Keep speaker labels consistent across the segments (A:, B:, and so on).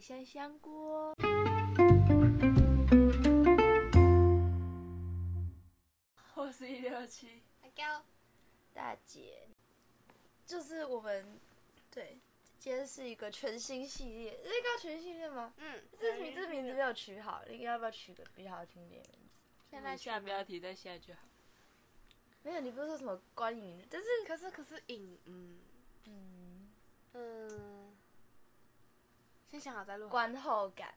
A: 香香锅。我是一六七
B: 阿娇，
A: 大姐，就是我们对，今天是一个全新系列，这叫全新系列吗？
B: 嗯，
A: 这名这名字没有取好，你要不要取个比较好听点的名字？
B: 现在
C: 下标题再下就好。
A: 没有，你不是说什么关于，但是
B: 可是可是影，嗯
A: 嗯，
B: 嗯，先想好再录好。
A: 观后感，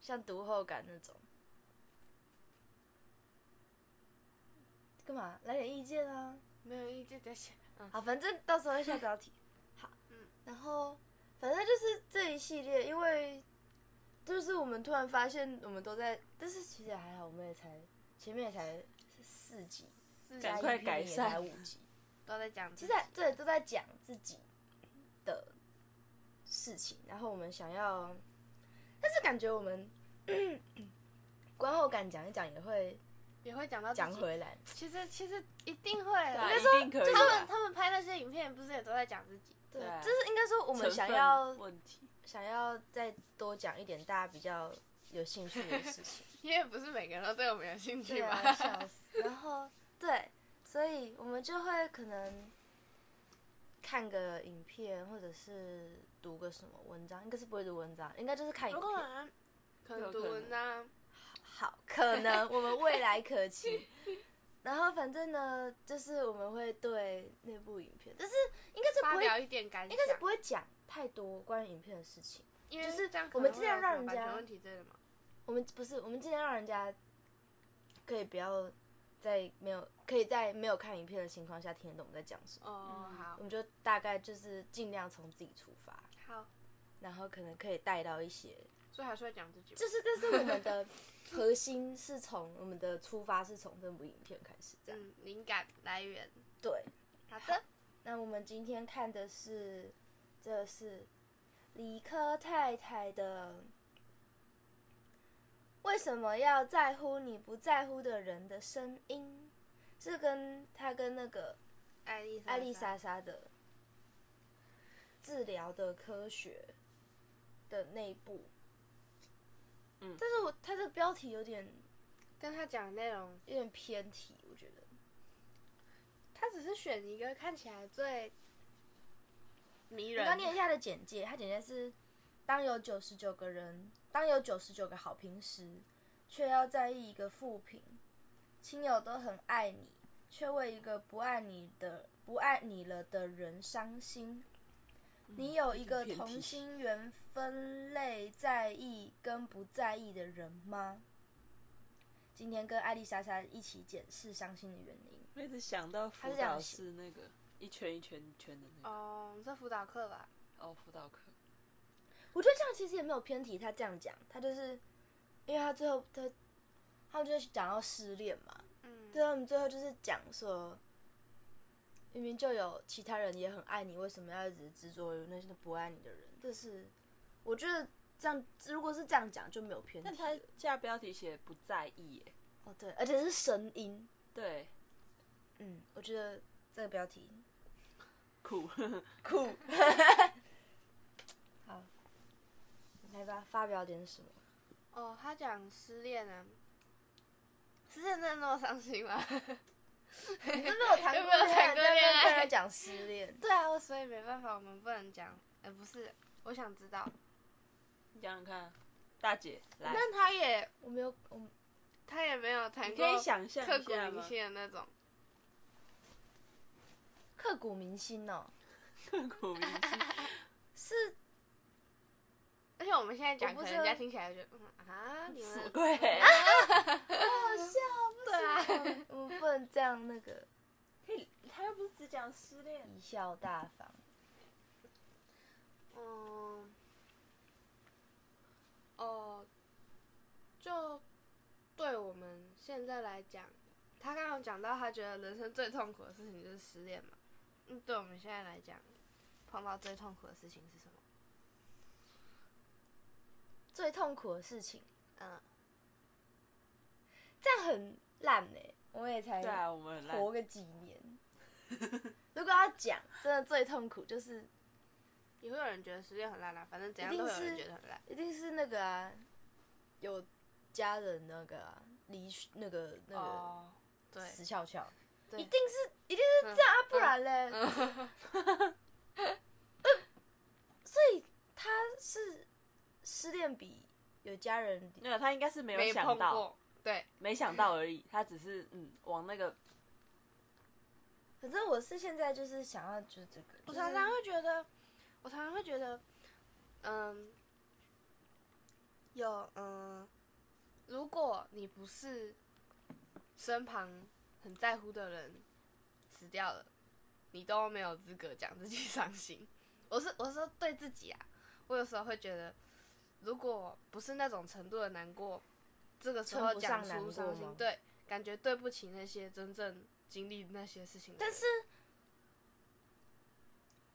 A: 像读后感那种。干嘛？来点意见啊！
B: 没有意见再想。嗯，
A: 好，反正到时候会下标题。好，
B: 嗯
A: 然后反正就是这一系列，因为就是我们突然发现我们都在，但是其实也还好，我们也才前面也才四集，
B: 是啊
C: 赶
A: 加
C: 快
A: 一
C: 改
A: 也才
C: 善
A: 五集，
B: 都在讲
A: 其
B: 自己。
A: 实还对都在讲自己的事情，然后我们想要，但是感觉我们 观后感讲一讲也会
B: 也会讲到自己
A: 讲。回来，
B: 其实其实一定会
C: 对
B: 啦
C: 啊，
B: 因为
C: 一定可以
B: 他们
C: 的。
B: 他们拍那些影片，不是也都在讲自己？
A: 对，
C: 对啊
A: 就是应该说我
C: 我
A: 们想要
C: 问题，
A: 想要再多讲一点大家比较有兴趣的事 情。
B: 因为不是每个人都对我们有兴趣
A: 对
B: 吧？
A: 啊，笑死。然后对，所以我们就会可能看个影片，或者是读个什么文章，应该是不会读文章，应该就是看影
B: 如
A: 片。
B: 果啊可能
C: 有
B: 读
C: 可能
B: 文啊章，
A: 好，可能我们未来可 期。然后反正呢，就是我们会对那部影片，但是应该是
B: 发
A: 不会，
B: 表一点感
A: 应
B: 想
A: 该，是不会讲太多关于影片的事情。
B: 因为
A: 就是
B: 这样
A: 我们尽量让人家
B: 可能会有什么版权问题之类的嘛。
A: 我们不是，我们尽量让人家可以不要在没有可以在没有看影片的情况下听得懂我们在讲什么。
B: 哦，
C: 嗯
B: 好
A: 我，们就大概就是尽量从自己出发，
B: 好，
A: 然后可能可以带到一些，
B: 所以还是会讲自己吧。
A: 就是但是我们的核心是从我们的出发是从这部影片开始，这样、
B: 嗯，灵感来源。
A: 对。
B: 好的，
A: 那我们今天看的是，这是理科太太的。为什么要在乎你不在乎的人的声音？是跟他跟那个
B: 艾丽莎，
A: 艾丽莎莎的嗯治疗的科学的那一部。
C: 嗯
A: 但是我它的标题有点
B: 跟他讲的内容，
A: 有点偏题，我觉得。
B: 他只是选一个看起来最迷
A: 我
B: 人。
A: 刚念一下它的简介，它简介是：当有九十九个人，当有九十九个好评时，却要在意一个负评；亲友都很爱你，却为一个不爱你的、不爱你了的人伤心。你有一个
C: 有点偏
A: 同
C: 题
A: 心圆分类在意跟不在意的人吗？今天跟艾丽莎莎一起检视伤心的原因。
C: 我一直想到辅
A: 是这样
C: 导
A: 写
C: 室那个一圈一圈一圈的那个
B: 哦，这辅导课吧，
C: 哦，辅导课
A: 我觉得这样其实也没有偏题，他这样讲，他就是因为他最后他他们就是讲到失恋嘛，
B: 嗯，
A: 对他们最后就是讲说，明明就有其他人也很爱你，为什么要一直执着于那些不爱你的人？这是我觉得这样，如果是这样讲就没有偏题
C: 但
A: 了。
C: 他下标题写不在意耶，
A: 哦对，而且是声音，
C: 对，
A: 嗯，我觉得这个标题
C: 酷，
A: 酷。 好，你来吧，发表点什么？
B: 哦，他讲失恋啊，失恋真的那么伤心吗？
A: 你是不是有谈
B: 有
A: 过恋爱？
B: 没有谈过恋爱
A: 在那边讲失恋？
B: 对啊，我所以没办法，我们不能讲。呃，不是，我想知道。
C: 你想想看，大姐来，
B: 但他也
A: 我没有，我们
B: 他也没有谈
C: 你
B: 过
C: 可以想象
B: 刻
C: 一
B: 骨
C: 下
B: 铭
C: 吗？
B: 心的那种。
A: 刻骨铭心哦，
C: 刻骨铭心，
A: 是
B: 而且我们现在讲，
A: 我不
B: 可
A: 知
B: 能
A: 道
B: 人家听起来就嗯啊， 你
C: 什么
B: 们
C: 鬼？
A: 好笑，
B: 对啊，
A: 我们不能这样那个
C: 可以他又不是只讲失恋，
A: 贻笑大方。
B: 嗯，哦，就对我们现在来讲，他刚刚讲到他觉得人生最痛苦的事情就是失恋嘛。嗯，对我们现在来讲，碰到最痛苦的事情是什么？
A: 最痛苦的事情，
B: 嗯，
A: 这样很烂呢、我们也才
C: 对啊，我们很烂，
A: 活个几年。如果要讲，真的最痛苦就是
B: 也会有人觉得失恋很烂啦、啊反正怎样
A: 一
B: 都
A: 定
B: 会有人
A: 是
B: 觉得很烂。
A: 一定是那个啊，有家人那个啊，离去那个那个
B: 哦，对，
A: 死翘翘，
B: 对
A: 一定是一定是这样啊，不然嘞， 所以他是失恋比有家人
C: 没有，他应该是没有
B: 没
C: 想
B: 碰
C: 到，
B: 过，对，
C: 没想到而已。他只是嗯，往那个
A: 可是我是现在就是想要就是这个，
B: 我
A: 就是
B: 常常会觉得，我常常会觉得，嗯，有嗯，如果你不是身旁很在乎的人死掉了，你都没有资格讲自己伤心。我是我是说对自己啊，我有时候会觉得，如果不是那种程度的难过，这个时
A: 称
B: 候
A: 不
B: 讲
A: 上难
B: 出
A: 过
B: 伤心
A: 吗，
B: 对，感觉对不起那些真正经历那些事情的人。
A: 但是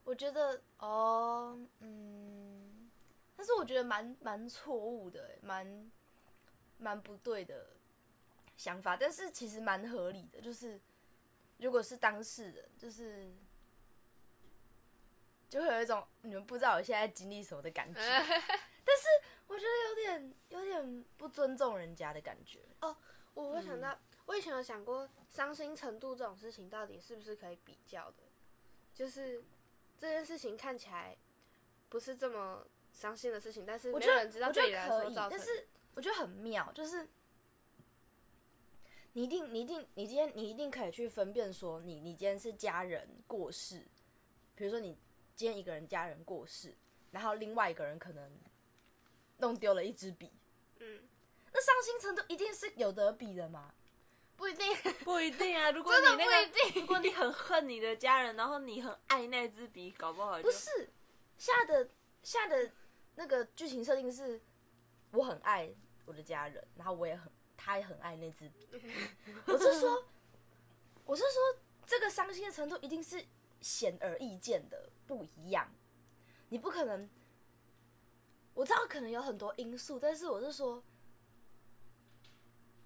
A: 我觉得哦，嗯，但是我觉得蛮蛮错误的欸，蛮蛮不对的想法，但是其实蛮合理的，就是如果是当事人，就是。就会有一种你们不知道我现在经历什么的感觉，但是我觉得有点有点不尊重人家的感觉。
B: 我我
A: 嗯
B: 想到，我以前有想过伤心程度这种事情到底是不是可以比较的，就是这件事情看起来不是这么伤心的事情，但是
A: 我
B: 没
A: 觉
B: 有
A: 得
B: 人知道
A: 我
B: 对
A: 觉
B: 你来
A: 得可
B: 说
A: 以，
B: 造成。
A: 但是我觉得很妙，就是你一定、你一定、你今天你一定可以去分辨说你，你今天是家人过世，比如说你今天一个人家人过世，然后另外一个人可能弄丢了一支笔，
B: 嗯，
A: 那伤心程度一定是有得比的嘛？
B: 不 一定，
C: 不一定啊。如果你
B: 真的
C: 那
B: 不一
C: 个，
B: 定。
C: 如果你很恨你的家人，然后你很爱那支笔，搞不好就
A: 不是下的下的那个剧情设定是，我很爱我的家人，然后我也很，他也很爱那支笔。我是说，我是说，这个伤心的程度一定是显而易见的不一样，你不可能。我知道可能有很多因素，但是我是说，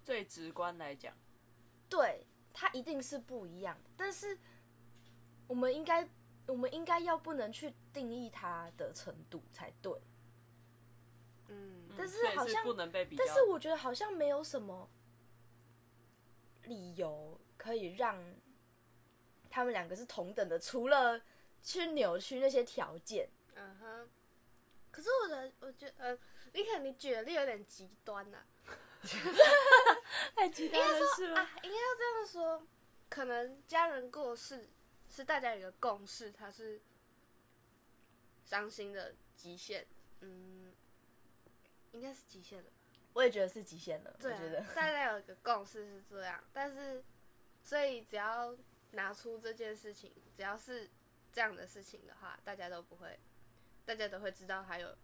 C: 最直观来讲，
A: 对，它一定是不一样的。但是我们应该，我们应该要不能去定义它的程度才对。
B: 嗯，
C: 嗯
A: 但是
C: 所以
A: 好像
C: 不能被比较
A: 但
C: 的。
A: 是我觉得好像没有什么理由可以让他们两个是同等的，除了去扭曲那些条件。
B: 嗯哼。可是我的，我觉得，呃，你可能你举的例有点极端啊呐、
C: 太极端了，是
B: 啊？？应该要这样说，可能家人过世是大家有一个共识，它是伤心的极限。嗯，应该是极限了吧。
A: 我也觉得是极限了，
B: 对
A: 我
B: 啊、
A: 觉得
B: 大家有一个共识是这样，但是所以只要拿出这件事情，只要是这样的事情的话，大家都不会，大家都会知道还有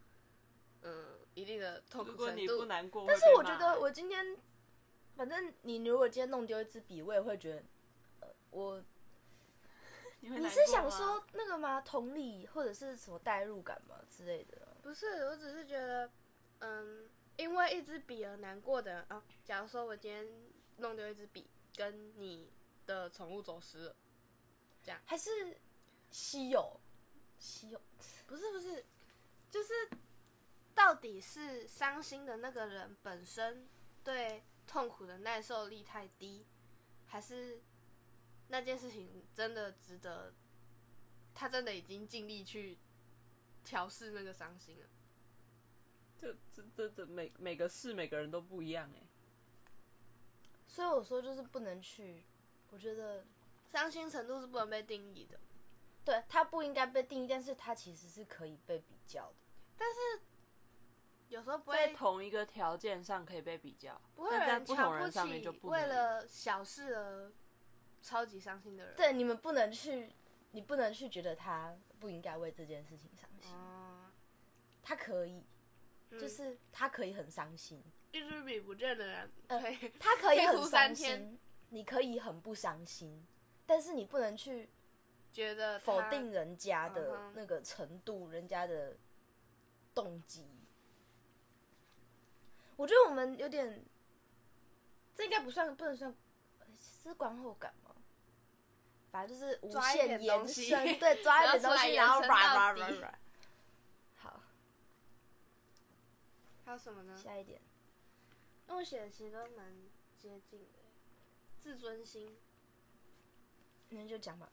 B: 嗯一定的痛
C: 如
B: 苦
C: 果
B: 程
C: 你不
B: 度。
C: 难过，
A: 但是
C: 会被
A: 我觉
C: 骂欸
A: 得我今天，反正你如果今天弄丢一支笔，我也会觉得，呃，我
C: 你会
A: 你
C: 难
A: 是
C: 过
A: 想
C: 吗
A: 说那个吗？同理或者是什么代入感吗之类的？
B: 不是，我只是觉得，嗯，因为一支笔而难过的人啊，假如说我今天弄丢一支笔，跟你的宠物走失了，
A: 还是稀有？稀有？
B: 不是不是，就是到底是伤心的那个人本身对痛苦的耐受力太低，还是那件事情真的值得，他真的已经尽力去调试那个伤心了。
C: 这这这这每每个事每个人都不一样哎、
A: 所以我说就是不能去，我觉得。
B: 伤心程度是不能被定义的，
A: 对，它不应该被定义，但是它其实是可以被比较的。
B: 有时候不
C: 在
B: 会
C: 同一个条件上可以被比较，
B: 不会有
C: 但在
B: 人
C: 不
B: 瞧
C: 同人上面就
B: 起
C: 不
B: 为
C: 能
B: 了小事而超级伤心的人。，
A: 对，你们不能去，你不能去觉得他不应该为这件事情伤心，
B: 嗯，
A: 他可以，就是他可以很伤心，
B: 一支笔不见的人，
A: 呃
B: 对，
A: 他可以
B: 可以
A: 很
B: 哭三
A: 伤
B: 天
A: 心，你可以很不伤心，但是你不能去
B: 觉得他
A: 否定人家
B: 嗯
A: 的
B: 哼
A: 那个程度，人家的动机。我觉得我们有点，这应该不算，不能算是观后感吗？反正就是无
B: 抓一
A: 限
B: 点东
A: 延
B: 西
A: 伸，对，抓一点东西，然
B: 然
A: 后
B: 后出来延
A: 软软
B: 伸到
A: 软
B: 底
A: 软，
B: 还有什么呢？
A: 下一点，
B: 因为我写的其实都蛮接近的，自尊心
A: 那就讲吧。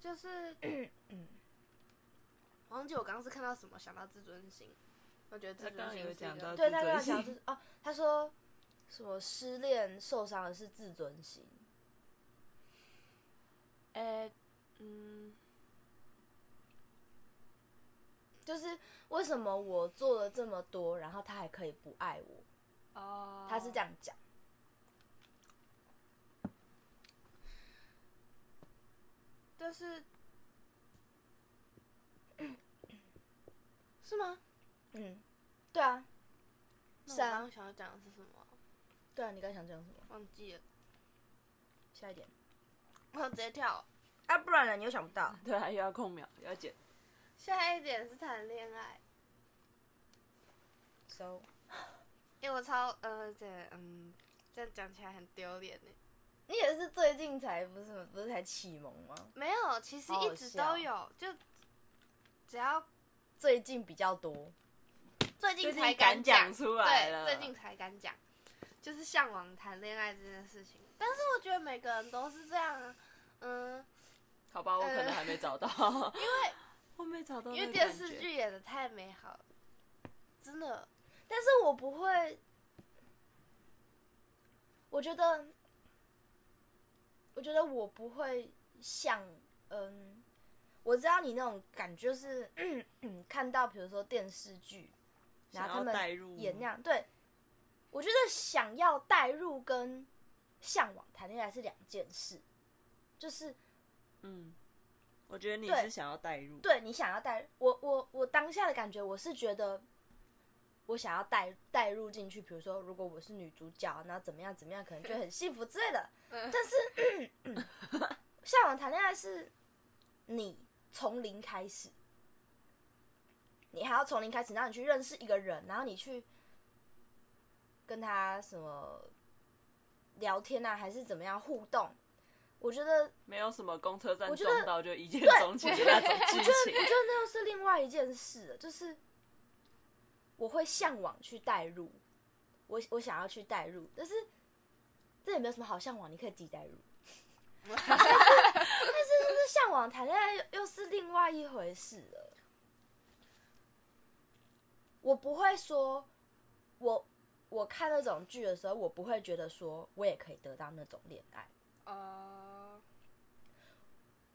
B: 就是，我 忘记我刚刚是看到什么想到自尊心，我觉得自
C: 他
B: 尊
C: 刚刚
B: 心
C: 有
B: 是一
C: 讲
B: 个
C: 到
A: 对
C: 自
A: 他刚
C: 尊
A: 刚讲
C: 心，
A: 就是哦，他说什么失恋受伤的是自尊心，
B: 呃，嗯，
A: 就是为什么我做了这么多，然后他还可以不爱我？
B: 哦，
A: 他是这样讲，
B: 但是 是吗？
A: 嗯，对啊，
B: 那
A: 是
B: 我
A: 啊
B: 刚刚想要讲的是什么？
A: 对啊，你刚想讲什么？
B: 忘记了，
A: 下一点
B: 我要直接跳。
A: 啊，不然呢？你又想不到，
C: 对啊，又要控秒，又要剪，
B: 下一点是谈恋爱，
A: so
B: 因为我超呃这嗯，这样讲起来很丢脸欸呢。
A: 你也是最近才不是不是才启蒙吗？
B: 没有，其实
A: 好好
B: 一直都
A: 笑
B: 有，就只要
A: 最近比较多，
B: 最近
C: 最
B: 才
C: 近敢
B: 讲
C: 讲出来了，
B: 对，最近才敢讲，就是向往谈恋爱这件事情。但是我觉得每个人都是这样啊，嗯，
C: 好吧，我可
A: 呃
C: 能还没 找到，因为 我没找到那个感觉，
B: 因为电视剧演的太美好了，真的。
A: 但是我不会，我觉得，我觉得我不会像，嗯，我知道你那种感觉是，嗯看到比如说电视剧，然
C: 想
A: 后他
C: 要代
A: 们
C: 入
A: 演那样，对，我觉得想要代入跟向往谈恋爱是两件事，就是
C: 嗯，我觉得你
A: 对
C: 是想要代入，
A: 对你想要带我，我我当下的感觉，我是觉得我想要带带入进去，比如说如果我是女主角，然后怎么样怎么样，可能就很幸福之类的。但是向往谈恋爱是你从零开始，你还要从零开始，然后你去认识一个人，然后你去跟他什么聊天啊，还是怎么样互动。我觉得
C: 没有什么公车站
A: 我觉得
C: 撞到就一见钟情的那种剧情
A: 我觉，得那又是另外一件事了，就是我会向往去代入，我我想要去代入，但是这也没有什么好向往，你可以自己代入。但是向往谈恋爱又又是另外一回事了。我不会说，我我看那种剧的时候，我不会觉得说我也可以得到那种恋爱。
B: 哦，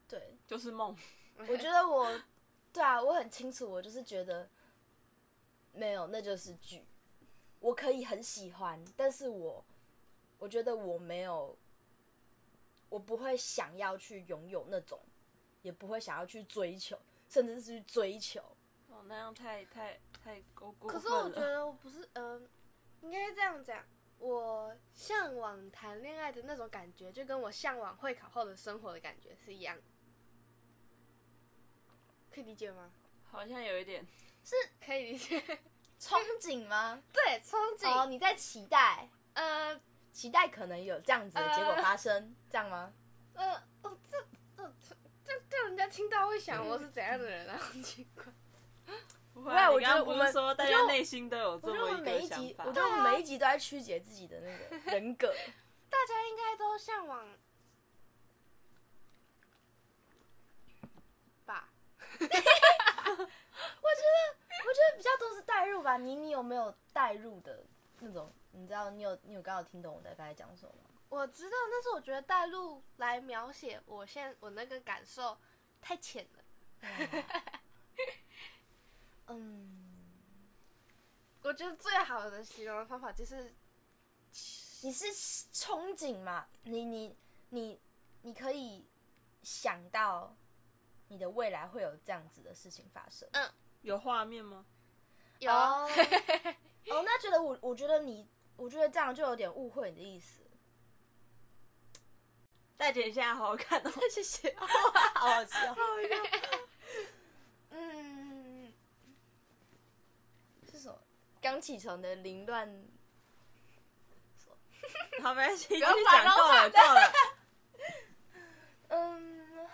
A: 对，
C: 就是梦，
A: 我觉得我，对啊，我很清楚，我就是觉得没有，那就是剧。我可以很喜欢，但是我我觉得我没有，我不会想要去拥有那种，也不会想要去追求，甚至是去追求。
C: 哦，那样太太太过过
B: 可
C: 分
B: 是我觉
C: 了，
B: 得我不是，嗯、应该这样讲。我向往谈恋爱的那种感觉，就跟我向往会考后的生活的感觉是一样的，可以理解吗？
C: 好像有一点，
B: 可以理 解，
A: 憧憬吗？
B: 对，憧憬，
A: 哦，你在期待，
B: 呃，
A: 期待可能有这样子的结果发生，这样吗？
B: 呃，哦，这这这这这人家听到会想我是怎样的人啊，很奇怪。
C: 不
A: 不然
C: 会，啊
A: 我
C: 你
A: 觉得
C: 刚刚
A: 我
C: 不
A: 们
C: 是说大
A: 我觉
C: 家
A: 得
C: 内心都有这
A: 我觉得我
C: 么
A: 们
C: 一
A: 每
C: 个
A: 一
C: 想
A: 集，
C: 法
A: 我？觉得我们每一集都在曲解自己的那个人格。
B: 大家应该都向往吧？
A: 我觉得比较多是代入吧。你你有没有代入的那种？你知道你有你有刚好听懂我在刚才讲什么吗？
B: 我知道，但是我觉得带路来描写我现我那个感受太浅了。
A: 嗯，
B: 我觉得最好的形容方法就是
A: 你是憧憬嘛？你你你你可以想到你的未来会有这样子的事情发生。
C: 有画面吗？
B: 有
A: 哦，哦那觉得我我觉得你我觉得这样就有点误会你的意 思。
C: 大姐，你现在好好看哦，谢谢。
A: 好好笑。嗯，是什么？刚启程的凌乱，
C: 好，没关系，
B: 要
C: 你
B: 烦
C: 讲够了，够了。
A: 嗯，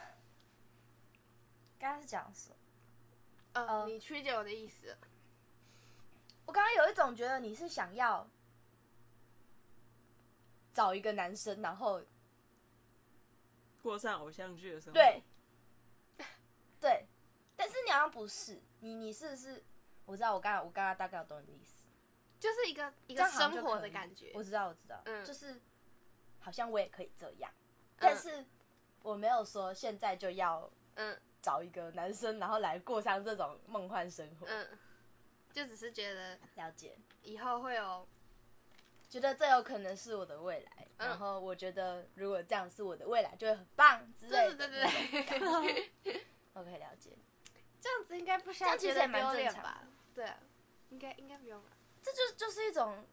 A: 刚刚是讲什么？
B: 呃，
A: 嗯
B: 你曲解我的意思了。
A: 我刚刚有一种觉得你是想要找一个男生，然后
B: 嗯
C: 过上偶像剧的生活。
A: 对， 对，但是你好像不是，你你是是，我知道，我刚才我刚刚大概有懂你的意思，
B: 就是一个一个
A: 这样好像就
B: 生活
A: 可
B: 的
A: 以
B: 感觉。
A: 我知道我知道，
B: 嗯
A: 就是好像我也可以这样，但
B: 嗯
A: 是我没有说现在就要
B: 嗯
A: 找一个男生，然后来过上这种梦幻生活。
B: 嗯，就只是觉得
A: 了解，
B: 以后会有
A: 觉得这有可能是我的未来，
B: 嗯
A: 然后我觉得如果这样是我的未来，就会很棒之类
B: 对对
A: 的。
B: 对对，
A: 我可以了解，
B: 这样子应该不需
A: 这
B: 要
A: 样其
B: 觉
A: 实也
B: 得
A: 蛮
B: 丢
A: 正
B: 脸
A: 常
B: 吧？对啊，应该应该不用吧？
A: 这就就是一种，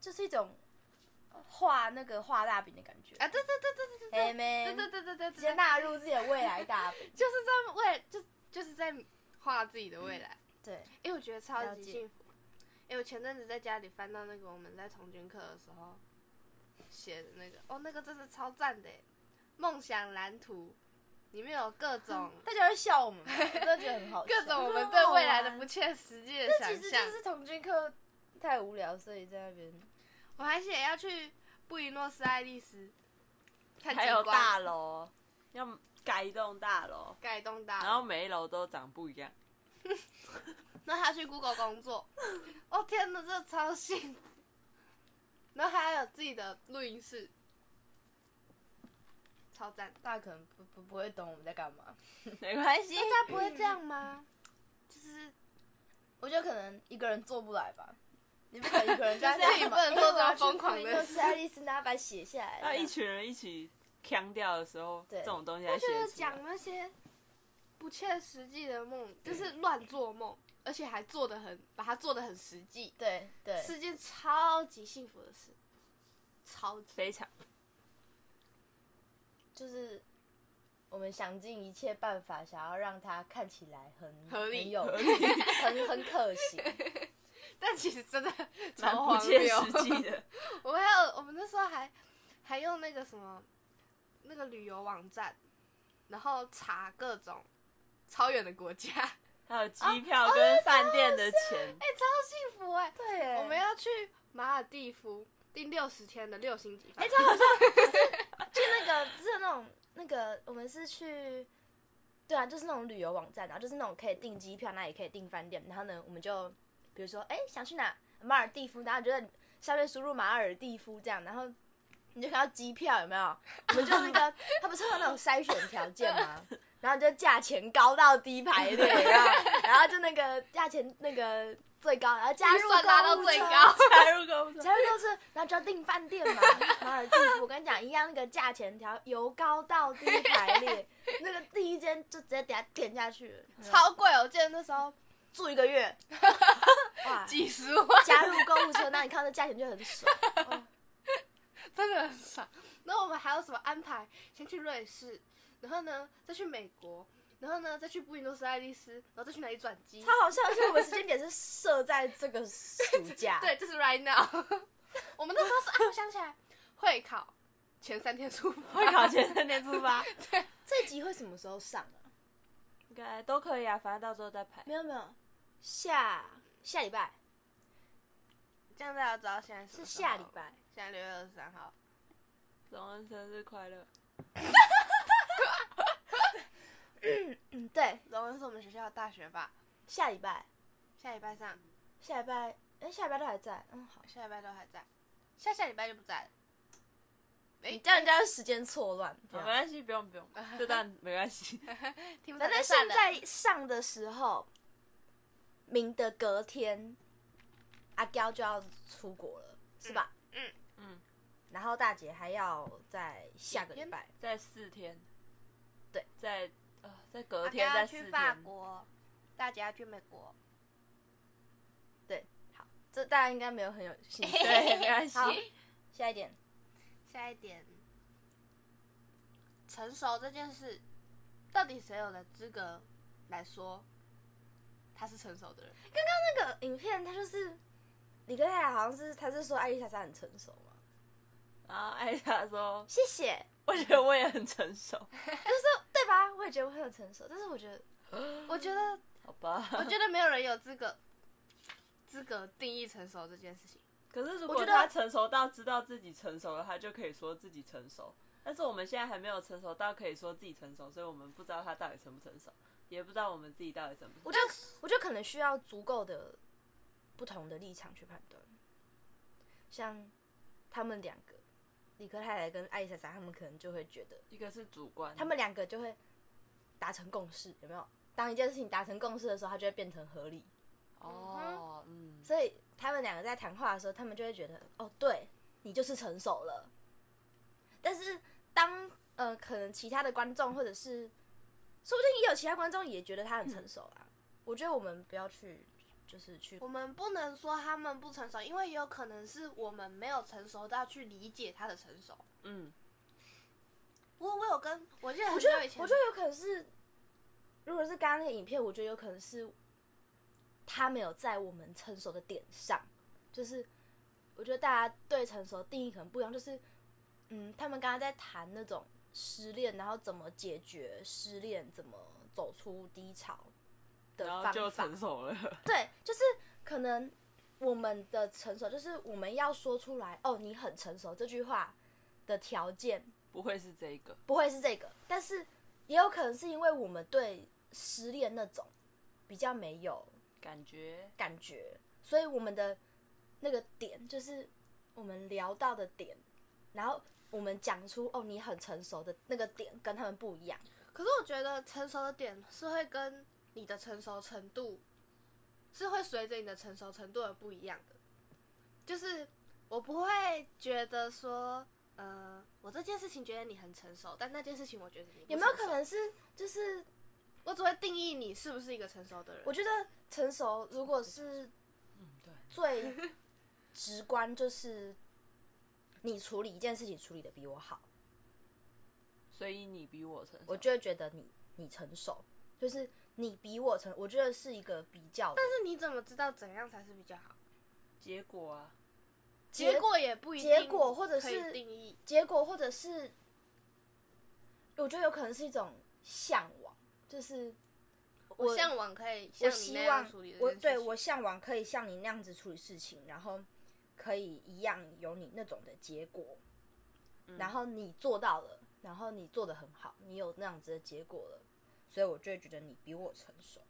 A: 就是一种画那个画大饼的感觉。
B: 啊，对对对对对对
A: 哎
B: 对
A: 妹，
B: 对对对对对
A: 直接
B: 对，
A: 纳入自己的未来大 饼。
B: 就是在为就就是在画自己的未来。
A: 对，
B: 哎，我觉得超
A: 嗯了
B: 级
A: 解
B: 幸福。哎，我前阵子在家里翻到那个我们在童军课的时候写的那个，哦，那个真的超赞的耶，梦想蓝图里面有各种
A: 大家会笑我们吧，我真的觉得很好笑。
B: 各种我们对未来的不切实际的
A: 这
B: 想
A: 其实就
B: 象。
A: 是童军课太无聊，所以在那边
B: 我还写要去布宜诺斯艾利斯看
C: 还有
B: 极光
C: 大楼，要盖一栋大楼，
B: 盖一栋大楼，
C: 然后每一楼都长不 一样。
B: 然后他去 Google 工作，哦天哪，这超幸福。然后还有自己的录音室，超赞。
A: 大家可能不不不会懂我们在干嘛。
C: 没关系，
B: 大家不会这样吗？就是
A: 我觉得可能一个人做不来吧。你不可能一个人在
B: 就是你 不能做这么疯狂的事
A: 是爱丽丝拿把它写下来。
B: 哎
C: 那一群人一起腔调的时候，
A: 对
C: 这种东西
B: 我
C: 还
B: 觉
C: 写
B: 得
C: 得出
B: 讲
C: 来。
B: 那些不切实际的梦，就是乱做梦，而且还做的很，把它做的很实际，
A: 对对，
B: 是件超级幸福的事，超级。
C: 非常
A: 就是我们想尽一切办法，想要让它看起来很
B: 合理
A: 很有
C: 合
A: 很很可行。
B: 但其实真的
C: 蛮
B: 超
C: 不
B: 荒
C: 切
B: 谬
C: 实。际 的。
B: 我们还有，我们那时候还还用那个什么那个旅游网站，然后查各种超远的国家，哎、
C: 还有机票跟饭店的钱，
B: 哦超幸福哎、
A: 对，
B: 我们要去马尔地夫订六十天的六星级饭
A: 哎，
B: 店，
A: 这好像就是就那个就是那种那个我们是去。对啊，就是那种旅游网站，然后就是那种可以订机票，那也可以订饭店。然后呢，我们就比如说，哎，想去哪？马尔蒂夫，然后你就在下面输入马尔蒂夫这样，然后你就看到机票有没有？我们就那个，它不是会有那种筛选条 件吗？然后就价钱高到低排列，有没有然后就那个价钱那个最高，然后加入
B: 预算拉
A: 购
B: 到
A: 物
B: 最
A: 车
B: 高，
C: 加入购物车
A: 加入购物车，然后就要订饭店嘛。 马尔蒂夫，我跟你讲，一样那个价钱条由高到低排列，那个第一间就直接给它点下去了，
B: 超贵哦！我记得那时候
A: 住一个 月，哇！
B: 几十万，
A: 加入购物车，那你看这价钱就很 爽。哦
B: 真的很爽。然后我们还有什么安排？先去瑞士，然后呢再去美国，然后呢再去布宜诺斯艾利斯，然后再去哪里转机？
A: 超好笑的是，我们时间点是设在这个 暑假，
B: 对，就是 right now。我们那时候是，哎，我想起来，会考前三天出发，
C: 会考前三天 出发，
A: 这集会什么时候上啊？
C: 应该都可以啊，反正到时候再排。
A: 没有没有，下下礼拜
B: 这样大家知道现在
A: 是下礼，拜，
B: 现在六月二十三号。
C: 荣恩生日快乐！
A: 嗯对，
B: 荣恩是我们学校的大学吧？
A: 下礼拜
B: 下礼拜上，
A: 下礼拜，哎下礼拜都还在，嗯好，
B: 下礼拜都还在，下下礼拜就不在了。哎、
A: 你叫人家时间错乱，这
B: 啊
C: 没
A: 样
C: 关系，不用不用，这段没关系。
B: 听不
A: 反
B: 懂
A: 正
B: 就
A: 现
B: 算了
A: 在上的时候，明的隔天，阿娇就要出国了，是吧？
B: 嗯
C: 嗯嗯
A: 然后大姐还要在下个礼拜，
C: 在四天，
A: 对，
C: 在呃，在隔
B: 大
C: 天，
B: 家
C: 在
B: 要
C: 四
B: 啊去
C: 天，
B: 法国，大家要去美国，
A: 这大家应该没有很有兴趣。
C: 对，没 关系。
A: 好， 下一点，
B: 下一点，成熟这件事，到底谁有的资格来说他是成熟的人？
A: 那个影片它就是李克太太好像是她是说艾丽莎莎很成熟嘛，
C: 然后艾莎说
A: 谢谢，：“
C: 我觉得我也很成熟，
A: 就是对吧？我也觉得我很有成熟，但是我觉得
B: 我觉得，
C: 好吧？
B: 我觉得没有人有资格资格定义成熟这件事情。
C: 可是如
A: 我
C: 果
A: 觉得
C: 他成熟到知道自己成熟了，他就可以说自己成熟。但是我们现在还没有成熟到可以说自己成熟，所以我们不知道他到底成不成熟，也不知道我们自己到底成不成熟。
A: 我觉得，我觉得可能需要足够的不同的立场去判断。像他们两个，理科太太跟艾丽莎莎，他们可能就会觉得，
C: 一个是主观，
A: 他们两个就会达成共识，有没有？当一件事情达成共识的时候，它就会变成合理。
C: 哦，嗯，
A: 所以他们两个在谈话的时候，他们就会觉得，哦，对你就是成熟了。但是当呃，可能其他的观众或者是，说不定也有其他观众也觉得他很成熟啊。我觉得我们不要去，就是去
B: 我们不能说他们不成熟，因为也有可能是我们没有成熟到去理解他的成熟。
C: 嗯，
B: 我我有跟我记得很
A: 我觉得
B: 久以，前，
A: 我觉得有可能是，如果是刚刚那个影片，我觉得有可能是他没有在我们成熟的点上，就是我觉得大家对成熟的定义可能不一样，就是嗯，他们刚刚在谈那种失恋，然后怎么解决失恋，怎么走出低潮的
C: 然
A: 方
C: 后
A: 法，
C: 就成熟了。
A: 对，就是可能我们的成熟，就是我们要说出来哦，你很成熟这句话的条件，
C: 不会是这一个，
A: 不会是这个，但是也有可能是因为我们对失恋那种比较没有
C: 感觉
A: 感觉，所以我们的那个点就是我们聊到的点，然后我们讲出哦你很成熟的那个点跟他们不一样，
B: 可是我觉得成熟的点是会跟你的成熟程度，是会随着你的成熟程度而不一样的。就是我不会觉得说，呃，我这件事情觉得你很成熟，但那件事情我觉得你不
A: 有没有
B: 成熟
A: 可？能是就是
B: 我只会定义你是不是一个成熟的人。
A: 我觉得成熟如果是
C: 嗯，对，
A: 最直观就是你处理一件事情处理的比我好，
C: 所以你比我成熟，
A: 我就会觉得你你成熟，就是你比我成，我觉得是一个比较的。但
B: 但是你怎么知道怎样才是比较好？
C: 结果啊，
A: 结
B: 结果也不一定，
A: 结果或者
B: 可以
A: 是
B: 定义。
A: 结果或者是，我觉得有可能是一种向往，就是
B: 我向往可以
A: 我
B: 像你
A: 希
B: 那
A: 望
B: 样处理这
A: 我
B: 件事
A: 对
B: 情
A: 我向往可以像你那样子处理事情，然后可以一样有你那种的结果，
B: 嗯
A: 然后你做到了，然后你做的很好，你有那样子的结果了，所以我就会觉得你比我成熟。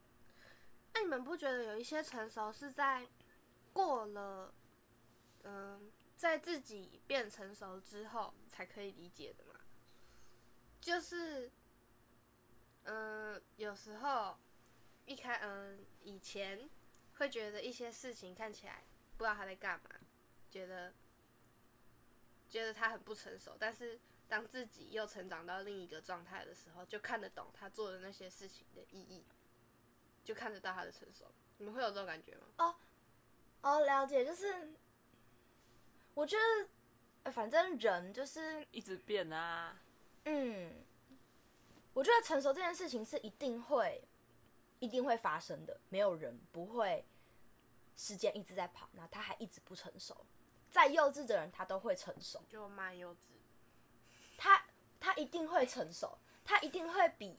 B: 那你们不觉得有一些成熟是在过了，嗯、在自己变成熟之后才可以理解的吗？就是，嗯、有时候一开，嗯、以前会觉得一些事情看起来不知道他在干嘛，觉得觉得他很不成熟，但是当自己又成长到另一个状态的时候，就看得懂他做的那些事情的意义。就看得到他的成熟。你们会有这种感觉吗？
A: 哦，了解，就是我觉得，呃反正人就是
C: 一直变啊，
A: 嗯，我觉得成熟这件事情是一定会、一定会发生的，没有人不会时间一直在跑，然后他还一直不成熟。再幼稚的人，他都会成熟，
B: 就蛮幼稚。
A: 他他一定会成熟，他一定会比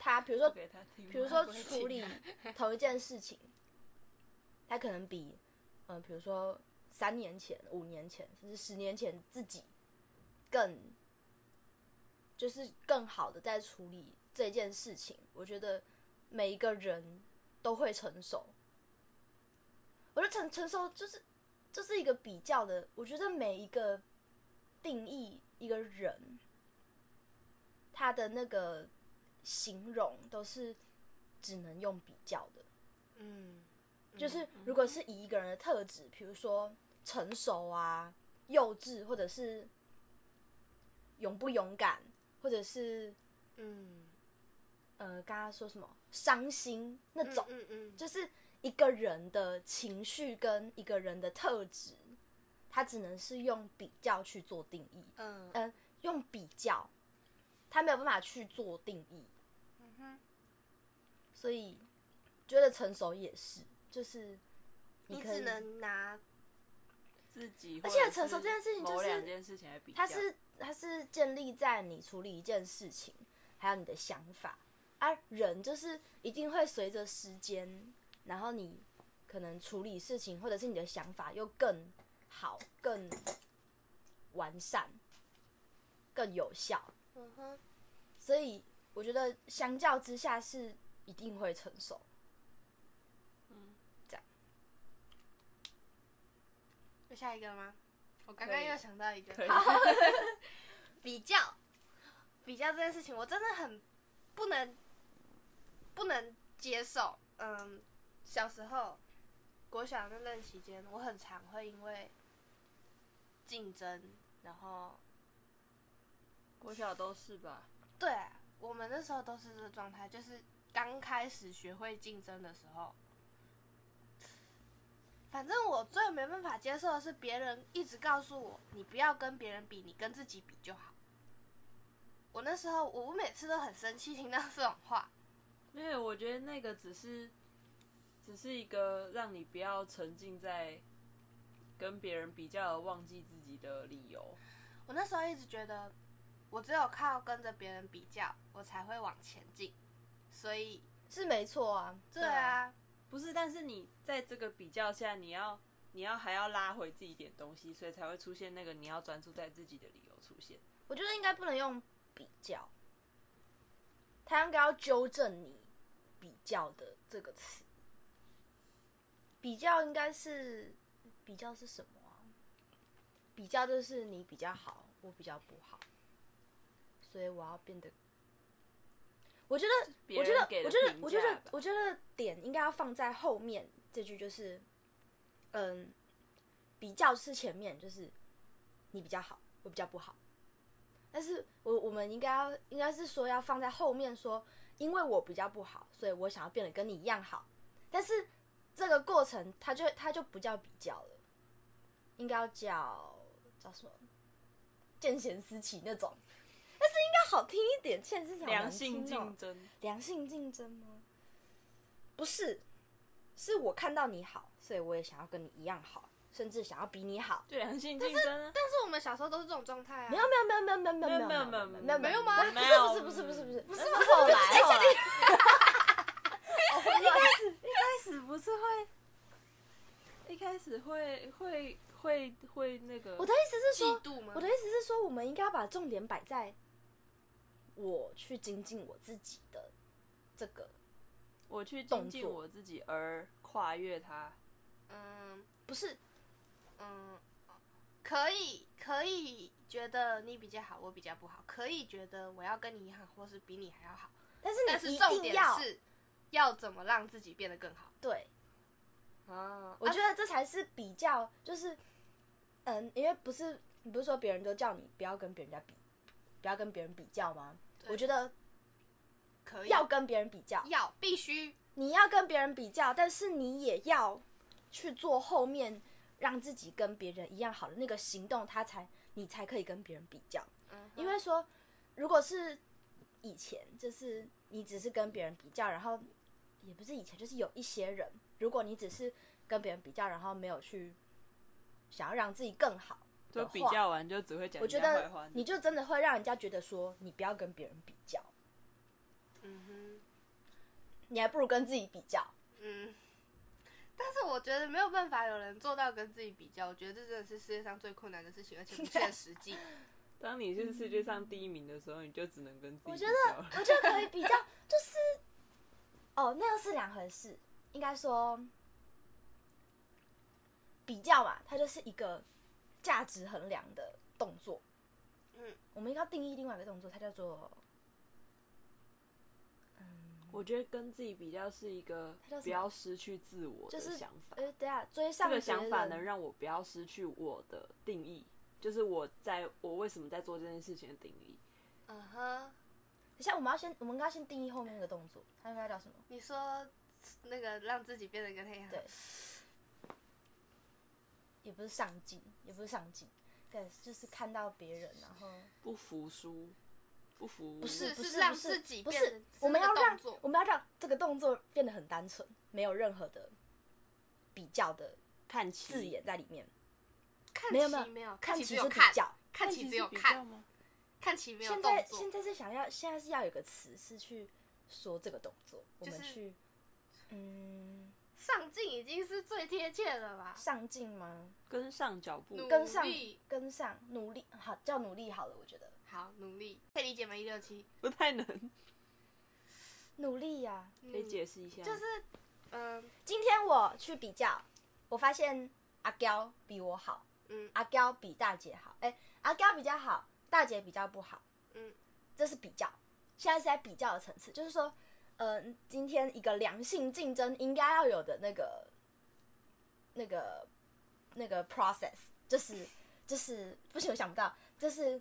A: 他，比如说
C: 说给他听吗，
A: 比如说
B: 不会
A: 处理
B: 起
A: 同一件事情，他可能比嗯、呃比如说三年前、五年前，甚至十年前自己更就是更好的在处理这件事情。我觉得每一个人都会成熟，我觉得成成熟就是就是一个比较的，我觉得每一个定义一个人。他的那个形容都是只能用比较的，
B: 嗯，
A: 就是如果是以一个人的特质，比如说成熟啊、幼稚，或者是勇不勇敢，或者是
B: 嗯，
A: 呃，刚刚说什么伤心那种，
B: 嗯嗯，
A: 就是一个人的情绪跟一个人的特质，他只能是用比较去做定义，
B: 嗯
A: 嗯、用比较，他没有办法去做定义。
B: 嗯哼，
A: 所以觉得成熟也是，就是
B: 你
A: 可以
B: 只能拿
C: 自己，
A: 而且成熟这件事情就是
C: 某两件事情来比较，
A: 它是它是建立在你处理一件事情，还有你的想法啊，人就是一定会随着时间，然后你可能处理事情或者是你的想法又更好、更完善、更有效。
B: 嗯哼，
A: 所以我觉得相较之下是一定会成熟。
B: 有下一个吗？我刚
C: 可
B: 刚
C: 以
B: 又想到一个
C: 可以，
B: 比较，比较这件事情，我真的很不能不能接受。嗯，小时候国小那段期间，我很常会因为竞争，然后
C: 国小都是吧？
B: 对啊、我们那时候都是这个状态，就是刚开始学会竞争的时候。反正我最没办法接受的是，别人一直告诉我，你不要跟别人比，你跟自己比就好。我那时候，我每次都很生气，听到这种话。
C: 因为我觉得那个只是，只是一个让你不要沉浸在跟别人比较而忘记自己的理由。
B: 我那时候一直觉得，我只有靠跟着别人比较，我才会往前进。所以，
A: 是没错啊，
B: 对啊，
C: 不是，但是你在这个比较下，你要你要还要拉回自己一点东西，所以才会出现那个你要专注在自己的理由出现。
A: 我觉得应该不能用比较，他应该要纠正你“比较”的这个词。比较应该是比较是什么啊？比较就是你比较好，我比较不好，所以我要变得。我觉得，
C: 别
A: 我觉
C: 人
A: 得，
C: 给的
A: 我觉得，
C: 评
A: 我觉得
C: 价吧，
A: 我觉得点应该要放在后面这句，就是，嗯，比较是前面，就是你比较好，我比较不好。但是我我们应该要应该是说要放在后面说，因为我比较不好，所以我想要变得跟你一样好。但是这个过程，它就它就不叫比较了，应该要叫叫什么？见贤思齐那种，但是应该好听一点。见贤思齐好难
C: 良性
A: 听哦
C: 竞争，
A: 良性竞争吗？不是，是我看到你好，所以我也想要跟你一样好，甚至想要比你好。
C: 就良性竞争啊。
B: 但是我们小时候都是这种状态啊。
A: 没有没有没有没有没有没有没有没有不是不是不是不是不是，啊那是后来后来。
C: 开始不是会，一开始会会会会那个，
A: 我的意思是
B: 嫉
A: 说，
B: 妒吗？
A: 我的意思是说，我们应该把重点摆在我去精进我自己的这个，
C: 我去
A: 动
C: 精进
A: 作
C: 我自己而跨越它。
B: 嗯。
A: 不是
B: 嗯，可以可以觉得你比较好，我比较不好，可以觉得我要跟你一样，或是比你还要好，
A: 但是
B: 但
A: 你
B: 是
A: 一
B: 重
A: 定
B: 点
A: 要
B: 是要怎么让自己变得更好
A: 对，
B: 啊
A: 我觉得这才是比较，就是，嗯，因为不是不是说别人都叫你不要跟别人家比，不要跟别人比较吗？
B: 对
A: 我觉得
B: 可以
A: 要跟别人比较，
B: 要必须
A: 你要跟别人比较，但是你也要去做后面让自己跟别人一样好的那个行动，他才你才可以跟别人比较。
B: 嗯哼
A: 因为说，如果是以前，就是你只是跟别人比较，然后也不是以前，就是有一些人，如果你只是跟别人比较，然后没有去想要让自己更好
C: 就
A: 的话，
C: 比较完就只会讲
A: 我
C: 人
A: 觉
C: 家
A: 得
C: 坏话。
A: 你就真的会让人家觉得说，你不要跟别人比较，
B: 嗯
A: 你还不如跟自己比较。
B: 哼嗯。但是我觉得没有办法有人做到跟自己比较，我觉得这真的是世界上最困难的事情，而且不切实 际。
C: 当你是世界上第一名的时候，你就只能跟自己
A: 我
C: 比
A: 觉
C: 较
A: 得
C: 了。
A: 我觉得可以比较，就是哦，那又是两回事。应该说比较嘛，它就是一个价值衡量的动作。
B: 嗯，
A: 我们应该要定义另外一个动作，它叫做
C: 我觉得跟自己比较是一个
A: 它叫什么
C: 不要失去自我的
A: 就是
C: 想法。
A: 呃，等一下追
C: 这
A: 上
C: 个
A: 别
C: 想法能
A: 人
C: 让我不要失去我的定义，就是我在我为什么在做这件事情的定义。
B: 嗯哼，
A: 等一下我们要先，我们应该先定义后面那个动作，它应该叫什么？
B: 你说那个让自己变得跟他一样，
A: 对也不是上进，也不是上进，对，就是看到别人，然后
C: 不服输，不服，
A: 不是
B: 是
A: 不
B: 是
A: 是
B: 让
A: 不
B: 自
A: 是
B: 己
A: 不
B: 变
A: 是
B: 成是
A: 我们
B: 那
A: 要
B: 个动
A: 让
B: 作
A: 我们要让这个动作变得很单纯，没有任何的比较的
C: 看齐
A: 字眼在里面。
B: 看
A: 没有
B: 齐
A: 没有
B: 没有，
A: 看
B: 齐只
A: 齐
B: 有
A: 是比
B: 看，
A: 较，
B: 看
C: 看
B: 齐
C: 齐
B: 只有
C: 是比较
B: 看，
C: 吗？
B: 看齐没有
A: 现
B: 动
A: 在
B: 作。
A: 现在是想要现在是要有个词是去说这个动作，我
B: 就
A: 们
B: 是
A: 去嗯
B: 上进已经是最贴切的吧？
A: 上进吗？
C: 跟上脚步，
B: 努
A: 跟上
B: 力，
A: 跟上，努力，好叫努力好了，我觉得
B: 好，努力，可以理解吗？一六七，
C: 不太能，
A: 努力呀、
C: 可以解释一下吗。
B: 就是，嗯
A: 今天我去比较，我发现阿娇比我好，
B: 嗯
A: 阿娇比大姐好，哎、阿娇比较好，大姐比较不好，
B: 嗯，
A: 这是比较，现在是在比较的层次，就是说，呃，今天一个良性竞争应该要有的那个、那个、那个 process，就是就是不行，我想不到，就是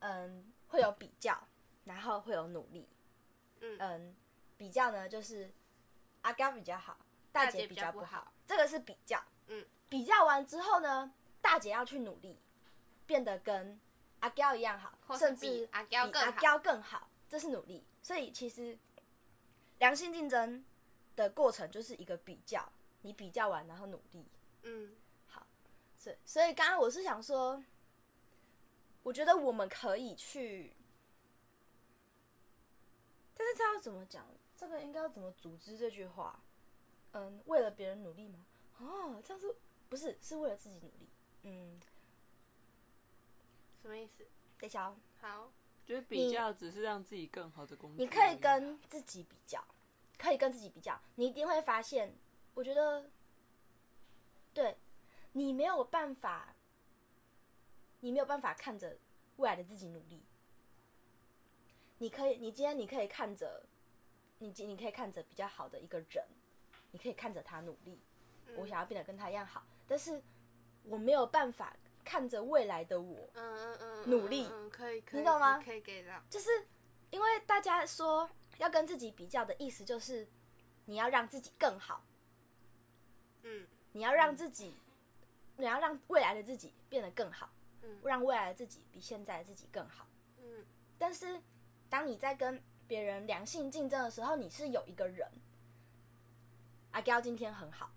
A: 嗯，会有比较，然后会有努力，
B: 嗯
A: 嗯，比较呢就是阿高比较好，
B: 大
A: 大姐
B: 姐比
A: 比
B: 较
A: 较
B: 不
A: 不好，
B: 好
A: 这个是比较，
B: 嗯，
A: 比较完之后呢，大姐要去努力，变得跟阿高一样好，
B: 或是
A: 甚
B: 比
A: 至
B: 阿
A: 比
B: 娇更
A: 阿
B: 好
A: 高更好，这是努力。所以其实良性竞争的过程就是一个比较，你比较完然后努力，
B: 嗯，
A: 所以所以刚刚我是想说，我觉得我们可以去，但是这要怎么讲？这个应该要怎么组织这句话？嗯，为了别人努力吗？哦，这样是不是是为了自己努力？嗯，
B: 什么意思？
A: 等一下、哦，
B: 好，
C: 就是比较只是让自己更好的工具而已。
A: 你可以跟自己比较，可以跟自己比较，你一定会发现，我觉得，对你没有办法，你没有办法看着未来的自己努力。你可以，你今天你可以看着，你今你可以看着比较好的一个人，你可以看着他努力，
B: 嗯
A: 我想要变得跟他一样好，但是我没有办法看着未来的我
B: 嗯嗯嗯嗯，
A: 努力
B: 嗯，嗯可以，可以
A: 你懂吗
B: 可以给到，
A: 就是因为大家说要跟自己比较的意思，就是你要让自己更好，
B: 嗯
A: 你要让自己，你要让未来的自己变得更好，
B: 嗯
A: 让未来的自己比现在的自己更好。
B: 嗯
A: 但是当你在跟别人良性竞争的时候，你是有一个人，阿娇今天很好，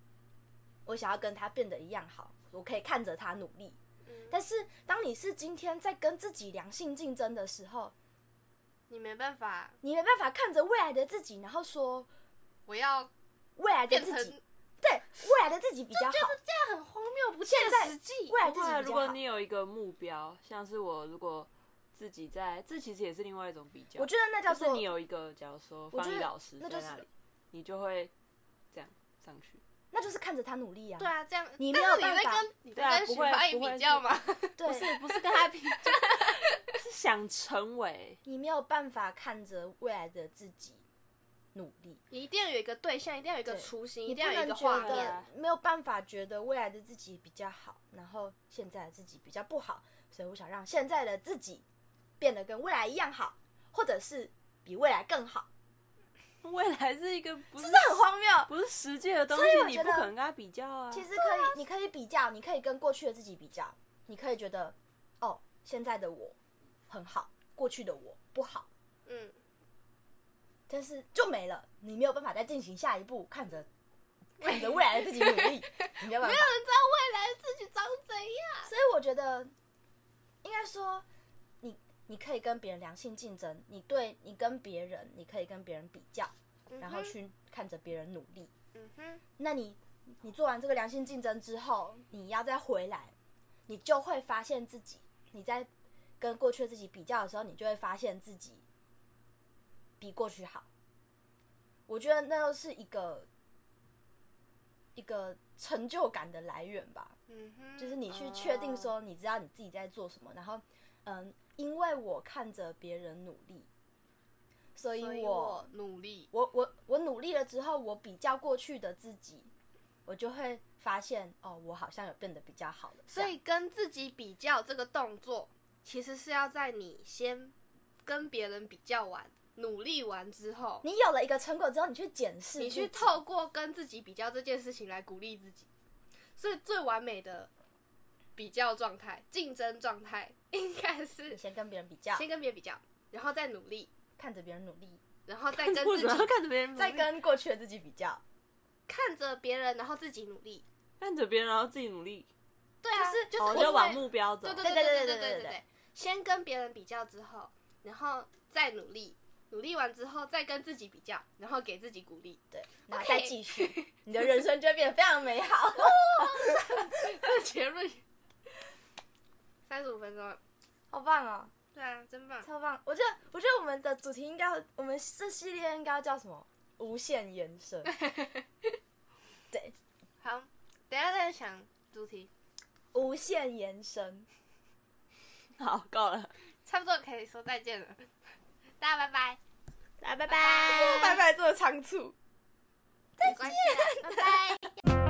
A: 我想要跟他变得一样好，我可以看着他努力。
B: 嗯，
A: 但是当你是今天在跟自己良性竞争的时候，
B: 你没办法，
A: 你没办法看着未来的自己，然后说
B: 我要
A: 未来的
B: 变
A: 自
B: 成，
A: 己，对未来的自己比较好，
B: 这样很荒谬，不切
A: 在
B: 实际。
A: 未来
C: 不
A: 自
C: 会啊。
A: 己比
C: 如
A: 较
C: 果
A: 好
C: 你。有一个目标，像是我，如果自己在，这其实也是另外一种比较。
A: 我觉得那叫
C: 就是
A: 做
C: 你有一个，假如说
A: 我
C: 方
A: 觉得
C: 一老师在
A: 那就是
C: 那里，你就会这样上去。
A: 那就是看着他努力啊。
B: 对啊，这样，
A: 你
B: 但
A: 没有
B: 是你在
A: 办法
B: 跟你
C: 对啊
B: 在跟
C: 不
B: 徐
C: 会
B: 怀
C: 不
B: 义
C: 会
B: 比较
C: 是
B: 吗？
A: 对，
C: 不是跟他比，就是想成为。
A: 你没有办法看着未来的自己努力，
B: 你一定要有一个对象，一定要有一个
A: 对
B: 雏形，
A: 你
B: 一
A: 不
B: 定要有一
A: 能
B: 个
A: 觉
B: 画
C: 对
B: 面。
A: 得
C: 啊
A: 没有办法觉得未来的自己比较好，然后现在的自己比较不好，所以我想让现在的自己变得跟未来一样好，或者是比未来更好，
C: 未来是一个不是
A: 这很荒谬。
C: 不是实际的东西
A: 所以我，
C: 你
A: 觉
C: 不
A: 得
C: 可能跟他比较啊。
A: 其实可以，你可以比较，你可以跟过去的自己比较，你可以觉得，哦，现在的我很好，过去的我不好，
B: 嗯，
A: 但是就没了，你没有办法再进行下一步，看着看着未来的自己努 力，你没有办法。
B: 知道未来自己长怎样。
A: 所以我觉得，应该说，你你可以跟别人良性竞争，你对你跟别人，你可以跟别人比较，然后去看着别人努力。
B: 嗯哼，
A: 那你你做完这个良性竞争之后，你要再回来，你就会发现自己，你在跟过去的自己比较的时候，你就会发现自己比过去好。我觉得那又是一个一个成就感的来源吧，
B: 嗯哦哼，
A: 就是你去确定说，你知道你自己在做什么，然后，嗯，因为我看着别人努力，所
B: 所
A: 以
B: 以
A: 我
B: 我努力。
A: 我我我努力了之后，我比较过去的自己，我就会发现哦，我好像有变得比较好了。
B: 所以跟自己比较这个动作，其实是要在你先跟别人比较完，努力完之后，
A: 你有了一个成果之后，你去检视自己，
B: 你去透过跟自己比较这件事情来鼓励自己，所以最完美的比较状态、竞争状态应该
A: 你
B: 是
A: 先跟别人比较，
B: 先跟别人比较，然后再努力，
A: 看着别人努力，
B: 然后 再跟
C: 为
B: 自
C: 什么要
B: 己
C: 看着别人努力？
A: 再跟过去的自己比较。
B: 看着别人，然后自己努力。
C: 看着别人，然后自己努力，
B: 对啊，就是就是
C: 哦，
B: 因为
C: 就往目标走
B: 对。对
A: 对
B: 对
A: 对
B: 对对
A: 对对
B: 对
A: 对
B: 对对，先跟别人比较之后，然后再努力，努力完之后再跟自己比较，然后给自己鼓励。
A: 对，然后再继续，你的人生就会变得非常美好。
B: 结论三十五分钟了，
A: 好棒哦，
B: 对啊，真棒！
A: 超棒！我觉得，我觉得我们的主题应该要，我们这系列应该要叫什么？无限延伸。对，
B: 好，等一下再想主题，
A: 无限延伸。
C: 好，够了，
B: 差不多可以说再见了， 大家拜拜，
A: 来，拜
B: 拜
A: 拜，
B: 拜
A: 拜，这么仓促。
B: 再见，拜拜。